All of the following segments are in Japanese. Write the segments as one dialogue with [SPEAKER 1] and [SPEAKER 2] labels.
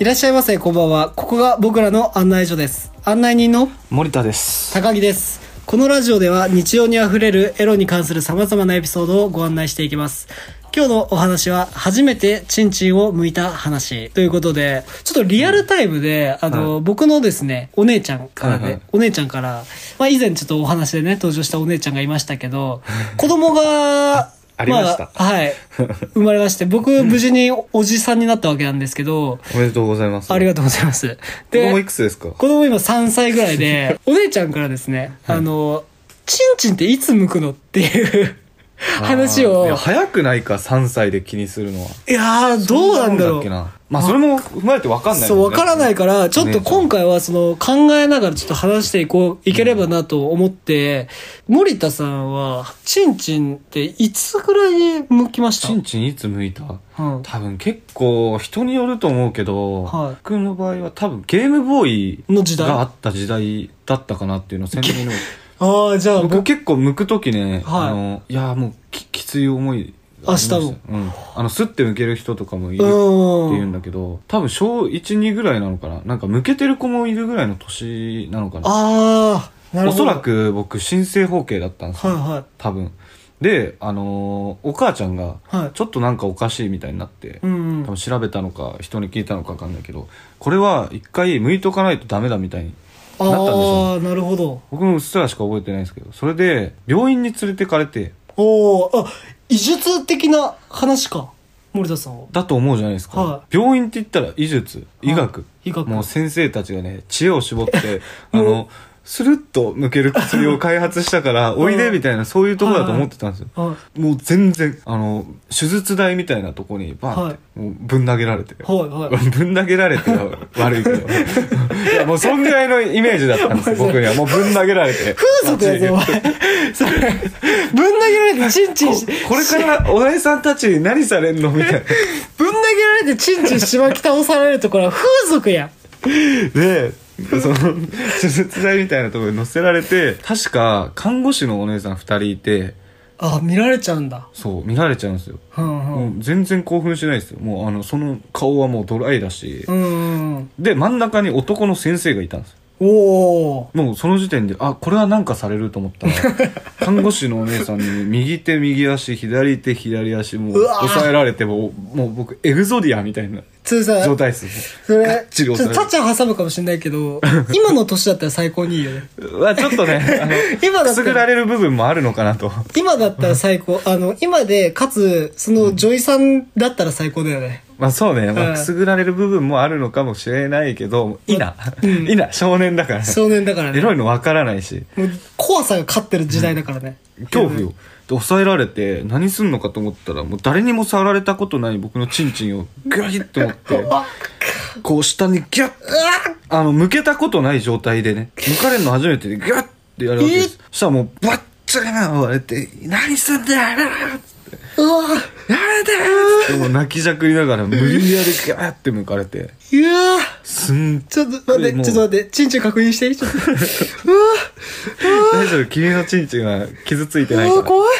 [SPEAKER 1] いらっしゃいませ、こんばんは。ここが僕らの案内所です。案内人の
[SPEAKER 2] 森田です。
[SPEAKER 1] 高木です。このラジオでは日常にあふれるエロに関する様々なエピソードをご案内していきます。今日のお話は初めてチンチンを剥いた話ということで、ちょっとリアルタイムで、あの、僕のですね、お姉ちゃんからね、
[SPEAKER 2] はいはい
[SPEAKER 1] お姉ちゃんから、まあ以前ちょっとお話でね、登場したお姉ちゃんがいましたけど、子供が、
[SPEAKER 2] ありました
[SPEAKER 1] あはい。生まれまして、僕無事におじさんになったわけなんですけど、
[SPEAKER 2] おめでとうございます。
[SPEAKER 1] あり
[SPEAKER 2] が
[SPEAKER 1] がとうございます。
[SPEAKER 2] 子供いくつですか
[SPEAKER 1] 子供今3歳ぐらい で、お姉ちゃんからですね、あの、チンチンっていつ剥くのっていう 話
[SPEAKER 2] あーい
[SPEAKER 1] を
[SPEAKER 2] や、、早くないか、3歳で気にするのは。
[SPEAKER 1] いやー、どうなんだろ
[SPEAKER 2] っけ
[SPEAKER 1] う。
[SPEAKER 2] な。まあ、それも踏まえてわかんないも
[SPEAKER 1] そ
[SPEAKER 2] んね、
[SPEAKER 1] う、わからないから、ちょっと今回はその考えながらちょっと話していこう、いければなと思って、森田さんは、チンチンっていつぐらいに剥きました
[SPEAKER 2] チンチンいつ向いた
[SPEAKER 1] うん。
[SPEAKER 2] 多分結構人によると思うけど、
[SPEAKER 1] はい
[SPEAKER 2] 僕の場合は多分ゲームボーイ
[SPEAKER 1] の時代
[SPEAKER 2] があった時代だったかなっていうのを鮮明に思う
[SPEAKER 1] ああ、じゃあ
[SPEAKER 2] 僕
[SPEAKER 1] 僕、
[SPEAKER 2] 結構剥く時ね、
[SPEAKER 1] はい
[SPEAKER 2] あのいやーもうききつい思いがありました
[SPEAKER 1] あしたの
[SPEAKER 2] うん、あのスッて剥ける人とかもいるって言う
[SPEAKER 1] うんん。
[SPEAKER 2] だけど、多分小12ぐらいなのかななんか向けてる子もいるぐらいの年なのかな
[SPEAKER 1] ああ、なる
[SPEAKER 2] お
[SPEAKER 1] ほ
[SPEAKER 2] そ
[SPEAKER 1] ど。
[SPEAKER 2] ら。く僕新生方形だったんですよ、
[SPEAKER 1] は
[SPEAKER 2] 多分であのーお母ちゃんが
[SPEAKER 1] いはい。はい。
[SPEAKER 2] ちょっとなんかおかしいみたいになって、
[SPEAKER 1] うん
[SPEAKER 2] 多
[SPEAKER 1] うん。
[SPEAKER 2] 分調べたのか人に聞いたのか分かんないけどこれは一回向いとかないとダメだみたいになったんで
[SPEAKER 1] あ
[SPEAKER 2] しょ
[SPEAKER 1] あ、なるほど。
[SPEAKER 2] 僕もうっすらしか覚えてないんですけどそれで病院に連れてかれて
[SPEAKER 1] おおあ医術的な話か森田さんは
[SPEAKER 2] だと思うじゃないですか、
[SPEAKER 1] は
[SPEAKER 2] 病院って言ったら医術医学、
[SPEAKER 1] 医学
[SPEAKER 2] もう先生たちがね、知恵を 絞って、あの、スルッと抜ける薬を開発したから、おいでみたいな、そういうところだと思ってたんですよ。
[SPEAKER 1] は
[SPEAKER 2] もう全然、あの、手術台みたいなとこにバーンって、もうぶん投げられて。
[SPEAKER 1] いはいはい
[SPEAKER 2] ぶん投げられて は悪いけど。いや、もうそんぐらいのイメージだったんですよ、僕には。もうぶん投げられて。
[SPEAKER 1] 風俗やぞお
[SPEAKER 2] 街に
[SPEAKER 1] 前それぶん投げられてチンチンし
[SPEAKER 2] これからお姉さんたちに何されんのみたいな。
[SPEAKER 1] ぶん投げられてチンチンしまき倒されるところは風俗や
[SPEAKER 2] で、その、手術台みたいなところに乗せられて、確か、看護師のお姉さん二人いて、
[SPEAKER 1] あ見られちゃうんだ
[SPEAKER 2] そう、見られちゃうんですよ。
[SPEAKER 1] うんうん
[SPEAKER 2] もう全然興奮しないですよ。もうあの、その顔はもうドライだし
[SPEAKER 1] う。んうん
[SPEAKER 2] で、真ん中に男の先生がいたんですよ。
[SPEAKER 1] おお
[SPEAKER 2] もうその時点で、あ、これはなんかされると思 ったら、看護師のお姉さんに右手右足、左手左足、もう
[SPEAKER 1] うわー
[SPEAKER 2] 押さえられて、もう、もう僕、エグゾディアみたいな
[SPEAKER 1] それさ
[SPEAKER 2] 状態です。
[SPEAKER 1] そ
[SPEAKER 2] が
[SPEAKER 1] れ
[SPEAKER 2] っち
[SPEAKER 1] ち
[SPEAKER 2] り
[SPEAKER 1] ょっと
[SPEAKER 2] 押
[SPEAKER 1] タ
[SPEAKER 2] さ
[SPEAKER 1] ちゃん挟むかもしれないけ ど今の年だったら最高にいいよね
[SPEAKER 2] える。うわ、ちょっとね、あの、
[SPEAKER 1] 今
[SPEAKER 2] く
[SPEAKER 1] だっ
[SPEAKER 2] す
[SPEAKER 1] た
[SPEAKER 2] ぐ
[SPEAKER 1] ら
[SPEAKER 2] られる部分もあるのかなと。
[SPEAKER 1] 今だったら最高あの今でかつその女医さんだったら最高だよ ね
[SPEAKER 2] まあそうね、
[SPEAKER 1] う
[SPEAKER 2] ま
[SPEAKER 1] ん
[SPEAKER 2] あ、くすぐられる部分もあるのかもしれないけど、いいな。いいな、少年だから。
[SPEAKER 1] 少年だからね
[SPEAKER 2] エロいのわからないし。
[SPEAKER 1] もう怖さが勝ってる時代だからね。
[SPEAKER 2] 恐怖よ。で、抑えられて、何すんのかと思ったら、もう誰にも触られたことない僕のチンチンをグリッと持って、
[SPEAKER 1] あ
[SPEAKER 2] こう下にギュッあの、向けたことない状態でね、向かれるの初めてでギュッってやるわけです。そしたらもう、バッチャーン割れて、何すんだよやめ
[SPEAKER 1] うわ
[SPEAKER 2] てーってもう泣きじゃくりながら、無理やりギュッって向かれて、
[SPEAKER 1] いやー
[SPEAKER 2] すん、
[SPEAKER 1] ちょっと待っ
[SPEAKER 2] も
[SPEAKER 1] て、
[SPEAKER 2] う
[SPEAKER 1] ちょっと待って、チンチン確認して、ちょっと。うわ
[SPEAKER 2] 大丈夫、君のチンチンが傷ついて
[SPEAKER 1] ー
[SPEAKER 2] ないうか
[SPEAKER 1] わー
[SPEAKER 2] ら。
[SPEAKER 1] 怖い。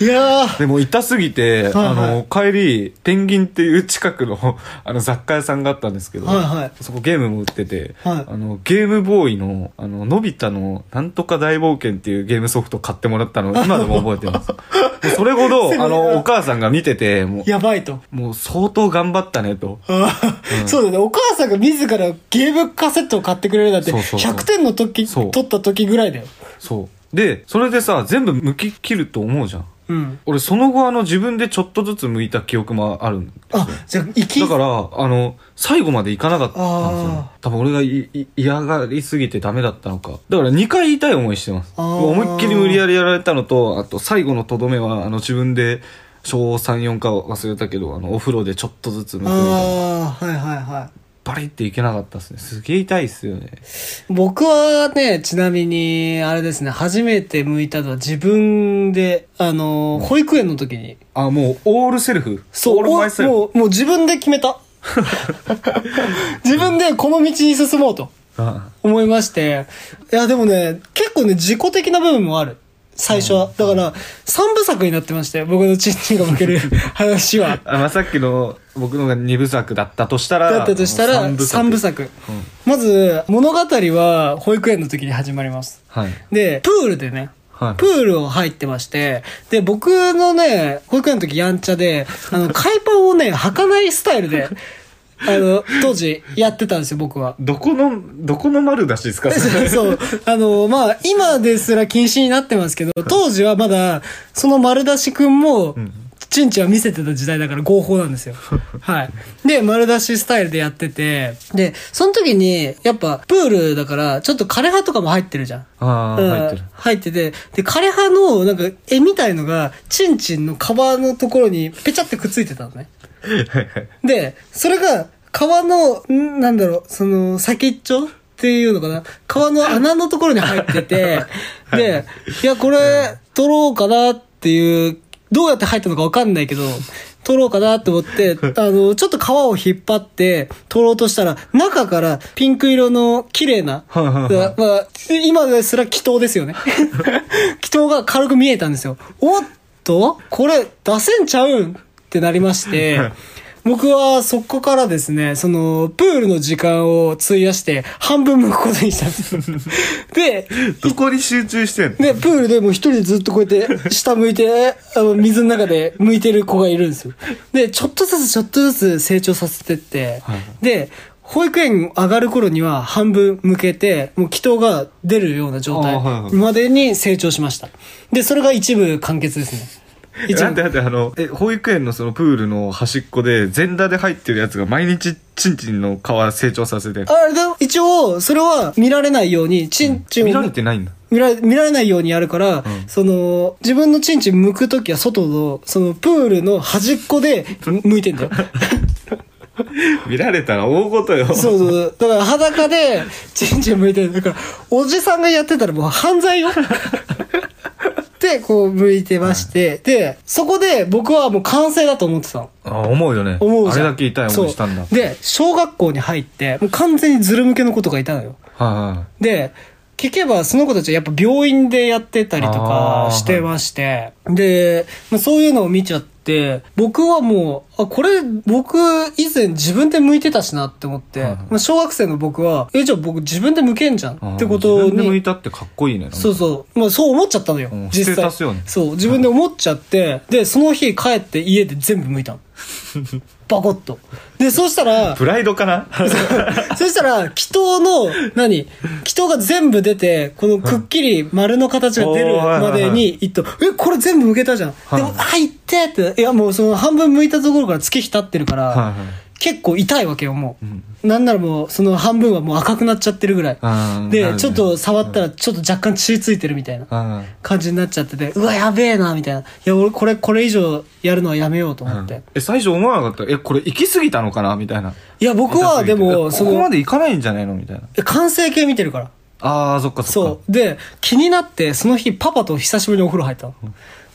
[SPEAKER 1] いやー
[SPEAKER 2] でも痛すぎて、
[SPEAKER 1] はい
[SPEAKER 2] あの、帰り、ペンギンっていう近くの、 あの、雑貨屋さんがあったんですけど、
[SPEAKER 1] はいはい
[SPEAKER 2] そこゲームも売ってて、
[SPEAKER 1] はい
[SPEAKER 2] あの、ゲームボーイの、あの、のび太の、なんとか大冒険っていうゲームソフト買っても らったの、今でも覚えてます。もうそれほど、あの、お母さんが見てて、も
[SPEAKER 1] やばいと。
[SPEAKER 2] う、もう相当頑張ったね、と。
[SPEAKER 1] あーそうだね。お母さんが自らゲームカセットを買ってくれるなんて、
[SPEAKER 2] そうそうそう
[SPEAKER 1] 100点の時、
[SPEAKER 2] そ
[SPEAKER 1] 取
[SPEAKER 2] う
[SPEAKER 1] った時ぐらいだよ。
[SPEAKER 2] そう。で、それでさ、全部剥き切ると思うじゃん。
[SPEAKER 1] うん。
[SPEAKER 2] 俺、その後、あの、自分でちょっとずつ剥いた記憶もあるん
[SPEAKER 1] あ、じゃあ、生き、
[SPEAKER 2] だから、あの、最後まで行かなかったんですよね
[SPEAKER 1] あ。
[SPEAKER 2] 多分俺がいい嫌がりすぎてダメだったのか。だから2回痛い思いしてます。
[SPEAKER 1] あー
[SPEAKER 2] もう思いっきり無理やりやられたのと、あと最後のとどめは、あの自分で小3、4か忘れたけど、あのお風呂でちょっとずつ向くみたいな。
[SPEAKER 1] ああ、はいはいはい。
[SPEAKER 2] バリっていけなかったですね。すげえ痛いっすよね。
[SPEAKER 1] 僕はね、ちなみに、あれですね、初めて向いたのは自分で、あの、保育園の時に。
[SPEAKER 2] あ、もうオールセルフ。
[SPEAKER 1] そう、
[SPEAKER 2] オールマイセルフ。
[SPEAKER 1] もう、もう自分で決め た。自分でこの道に進もうと
[SPEAKER 2] あ
[SPEAKER 1] 思いまして。いや、でもね、結構ね、自己的な部分もある。最初は。だから、三部作になってましたよ。僕のチンチンが向 ける話は。
[SPEAKER 2] あまあ、さっきの僕のが2部作だったとしたら
[SPEAKER 1] だったとしたら、
[SPEAKER 2] 3
[SPEAKER 1] 3部作。まず、物語は保育園の時に始まります。
[SPEAKER 2] はい
[SPEAKER 1] で、プールでね、
[SPEAKER 2] はい
[SPEAKER 1] プールを入ってまして、で、僕のね、保育園の時やんちゃで、あ の、海パンをね、履かないスタイルで、あの、当時やってたんですよ、僕 は。
[SPEAKER 2] どこのどこの丸出しですかそれ
[SPEAKER 1] そう。あの、まあ、今ですら禁止になってますけど、当時はまだ、その丸出しくんも、チンチは見せてた時代だから合法なんです よ。はい。で、丸出しスタイルでやってて、で、その時に、やっぱ、プールだから、ちょっと枯葉とかも入ってるじゃん。
[SPEAKER 2] ああ
[SPEAKER 1] うん
[SPEAKER 2] 入ってる
[SPEAKER 1] 入ってて、で、枯葉の、なんか、絵みたいのが、チンチンのカバーのところに、ぺちゃってくっついてたのね。で、それが、皮の、んなんだろう、その、先っちょっていうのかな皮の穴のところに入って て、で、いや、これ、取ろうかなっていう、どうやって入ったのかわかんないけど、取ろうかなって思っ て、あの、ちょっと皮を引っ張って、取ろうとしたら、中からピンク色の綺麗な、
[SPEAKER 2] はいはいはい
[SPEAKER 1] だまあ、今ですら祈祷ですよね。祈祷が軽く見えたんですよ。おっとこれ出せんちゃうんってなりまして、僕はそこからですね、その、プールの時間を費やして、半分向くことにしたんです。で、
[SPEAKER 2] どこに集中してんの
[SPEAKER 1] で、プールでもう一人でずっとこうや って、下向いて、あの、水の中で向いてる子がいるんですよ。で、ちょっとずつちょっとずつ成長させてって、で、保育園上がる頃には半分向けて、もう祈祷が出るような状
[SPEAKER 2] あーはいは
[SPEAKER 1] 態
[SPEAKER 2] い
[SPEAKER 1] までに成長しました。で、それが一部完結ですね。一
[SPEAKER 2] だって
[SPEAKER 1] 部。
[SPEAKER 2] だってあのえ保育園のそのプールの端っこで全裸で入ってるやつが毎日チンチンの皮成長させて
[SPEAKER 1] あれだよ一応、それは見られないように、チンチンを
[SPEAKER 2] 見られてないんだ
[SPEAKER 1] 見られ見られないようにやるから、その自分のチンチン剥くときは外のそのプールの端っこで剥いてん だよ
[SPEAKER 2] 見られたら大事よ
[SPEAKER 1] そうそうそうだから裸でチンチン剥いてるだからおじさんがやってたらもう犯罪 よでこう剥いてまして、でそこで僕はもう完成だと思ってたの
[SPEAKER 2] あ思うよね
[SPEAKER 1] 思う
[SPEAKER 2] あ
[SPEAKER 1] じゃ
[SPEAKER 2] れ
[SPEAKER 1] ん
[SPEAKER 2] だけ痛い思いしたんだは
[SPEAKER 1] そうで小学校に入ってもう完全にズル向けの子とかいたのよ
[SPEAKER 2] いはい
[SPEAKER 1] で、聞けばその子たちはやっぱ病院でやってたりとか
[SPEAKER 2] あー
[SPEAKER 1] してまして、で、まあ、そういうのを見ちゃって、僕はもう、あ、これ僕以前自分で向いてたしなって思って、
[SPEAKER 2] はいはい
[SPEAKER 1] まあ、小学生の僕は、え、じゃあ僕自分で向けんじゃん
[SPEAKER 2] あー
[SPEAKER 1] ってこと
[SPEAKER 2] 自分で向
[SPEAKER 1] に
[SPEAKER 2] い、たってかっこいいねなんか
[SPEAKER 1] そうそう、まあそう思っちゃったのよ
[SPEAKER 2] うん、
[SPEAKER 1] 実
[SPEAKER 2] ステー
[SPEAKER 1] 際
[SPEAKER 2] タ。スよね
[SPEAKER 1] そう、自分で思っちゃって、で、その日帰って家で全部向い たの。バコッと。で、そうしたら、
[SPEAKER 2] プライドかな
[SPEAKER 1] そしたら、祈祷の、何祈祷が全部出て、このくっきり丸の形が出るまでに、一頭、え、これ全部向けたじゃん。
[SPEAKER 2] い
[SPEAKER 1] でも、あ、いってって、いや、もうその半分向いたところから月日経ってるか
[SPEAKER 2] はい
[SPEAKER 1] ら、
[SPEAKER 2] はい
[SPEAKER 1] 結構痛いわけよ、も
[SPEAKER 2] ん
[SPEAKER 1] う。なんならもう、その半分はもう赤くなっちゃってるぐらい。
[SPEAKER 2] あーなる
[SPEAKER 1] で、
[SPEAKER 2] ね
[SPEAKER 1] ちょっと触ったら、ちょっと若干血ついてるみたいな
[SPEAKER 2] あ
[SPEAKER 1] 感じになっちゃってて、うわ、やべえな、みたいな。いや、俺、これ、これ以上やるのはやめようと
[SPEAKER 2] ー
[SPEAKER 1] 思って。
[SPEAKER 2] え最初思わなかったえこれ行き過ぎたのかなみたいない
[SPEAKER 1] や、僕は、で
[SPEAKER 2] え
[SPEAKER 1] も、
[SPEAKER 2] こ
[SPEAKER 1] そ
[SPEAKER 2] こま
[SPEAKER 1] の、
[SPEAKER 2] で行かないんじゃないのみたいな
[SPEAKER 1] 完成形見てるから。
[SPEAKER 2] ああそっかそっか
[SPEAKER 1] そう。で、気になって、その日、パパと久しぶりにお風呂入ったの。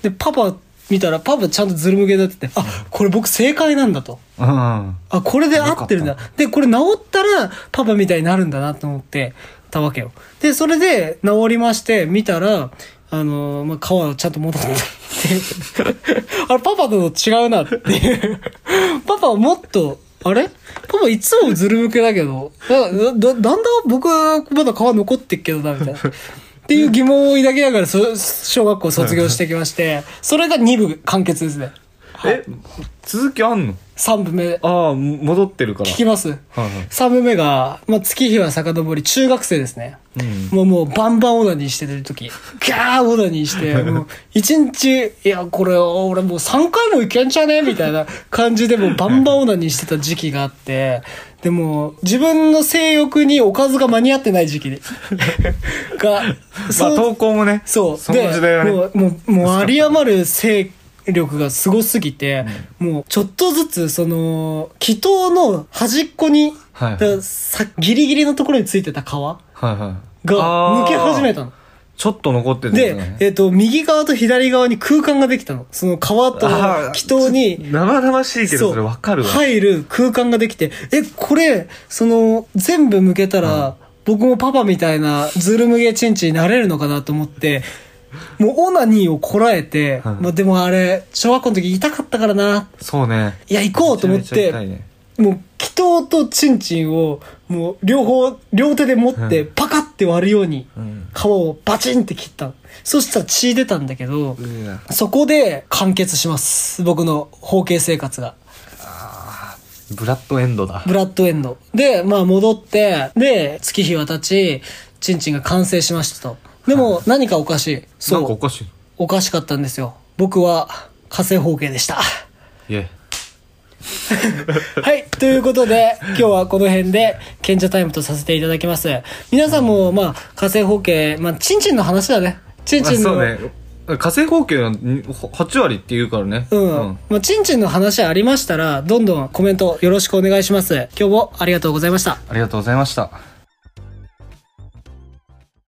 [SPEAKER 1] で、パパ見たら、パパちゃんとズル向けになってて、あ、これ僕正解なんだと。
[SPEAKER 2] うん
[SPEAKER 1] あ、これで合ってるん
[SPEAKER 2] よ
[SPEAKER 1] だ。で、これ治ったら、パパみたいになるんだなと思ってたわけよ。で、それで治りまして、見たら、あのーまあ、皮をちゃんと戻って って。あれ、パパと違うなっていう。 パパはもっと、あれパパいつもずる向けだけど、ななだんだん僕、まだ皮残ってっけどな、みたいな。っていう疑問を抱きながら、そ小学校卒業してきまして、それが2部完結ですね。
[SPEAKER 2] え続きあんの
[SPEAKER 1] 3部目、
[SPEAKER 2] ああも戻ってるから
[SPEAKER 1] 聞きます
[SPEAKER 2] はいはい
[SPEAKER 1] 3部目が、まあ、月日は遡り中学生ですね、
[SPEAKER 2] うん
[SPEAKER 1] もうもうバンバンオナニーしてる時ガーオナニー してもう一日いやこれ俺もう3回もいけんじゃねみたいな感じでもうバンバンオナニーしてた時期があってでも自分の性欲におかずが間に合ってない時期でが、
[SPEAKER 2] ま
[SPEAKER 1] そ
[SPEAKER 2] あ
[SPEAKER 1] う
[SPEAKER 2] 投稿もね
[SPEAKER 1] そう。
[SPEAKER 2] その時代はね
[SPEAKER 1] もう、もう、もう、有り余る勢力がすごすぎて、もう、ちょっとずつ、その、祈祷の端っこに、
[SPEAKER 2] はいはい
[SPEAKER 1] だからさギリギリのところについてた皮が
[SPEAKER 2] はいはい
[SPEAKER 1] 抜け始め
[SPEAKER 2] あ
[SPEAKER 1] たの。
[SPEAKER 2] ーちょっと残ってた
[SPEAKER 1] で
[SPEAKER 2] よね、
[SPEAKER 1] えっ、と、右側と左側に空間ができたの。その皮と
[SPEAKER 2] あー
[SPEAKER 1] 祈祷に、
[SPEAKER 2] 生々しいけどそれわかるわ
[SPEAKER 1] 入る空間ができて、え、これ、その、全部向けたら、僕もパパみたいなズル向けチンチになれるのかなと思って、もうオナニーをこらえて、
[SPEAKER 2] はい
[SPEAKER 1] まあでもあれ、小学校の時痛かったからな。
[SPEAKER 2] そうね
[SPEAKER 1] いや、行こうと思っ
[SPEAKER 2] めちゃめ
[SPEAKER 1] て、
[SPEAKER 2] ちゃ痛いね
[SPEAKER 1] もう、祈祷とチンチンを、もう、両方、両手で持って、
[SPEAKER 2] うん
[SPEAKER 1] パカって割るように
[SPEAKER 2] うん、
[SPEAKER 1] 皮をバチンって切った。そしたら血出たんだけど、
[SPEAKER 2] うわ
[SPEAKER 1] そこで完結します。僕の包茎生活が。
[SPEAKER 2] ブラッドエンドだ
[SPEAKER 1] ブラッドエンド。で、まあ戻って、で、月日は経ち、チンチンが完成しましたと。でも、何かおかしい。
[SPEAKER 2] なんか
[SPEAKER 1] そ
[SPEAKER 2] お
[SPEAKER 1] う。
[SPEAKER 2] かしい
[SPEAKER 1] おかしかったんですよ。僕は、火星包茎でした。
[SPEAKER 2] いえ
[SPEAKER 1] はい。ということで、今日はこの辺で、賢者タイムとさせていただきます。皆さんも、まあ、火星包茎、まあ、チンチンの話だね。チン
[SPEAKER 2] まあ
[SPEAKER 1] チンの。
[SPEAKER 2] そうね火星包茎は8割って言うからね
[SPEAKER 1] うん。まあ、チンチンの話ありましたら、どんどんコメントよろしくお願いします。今日もありがとうございました。
[SPEAKER 2] ありがとうございました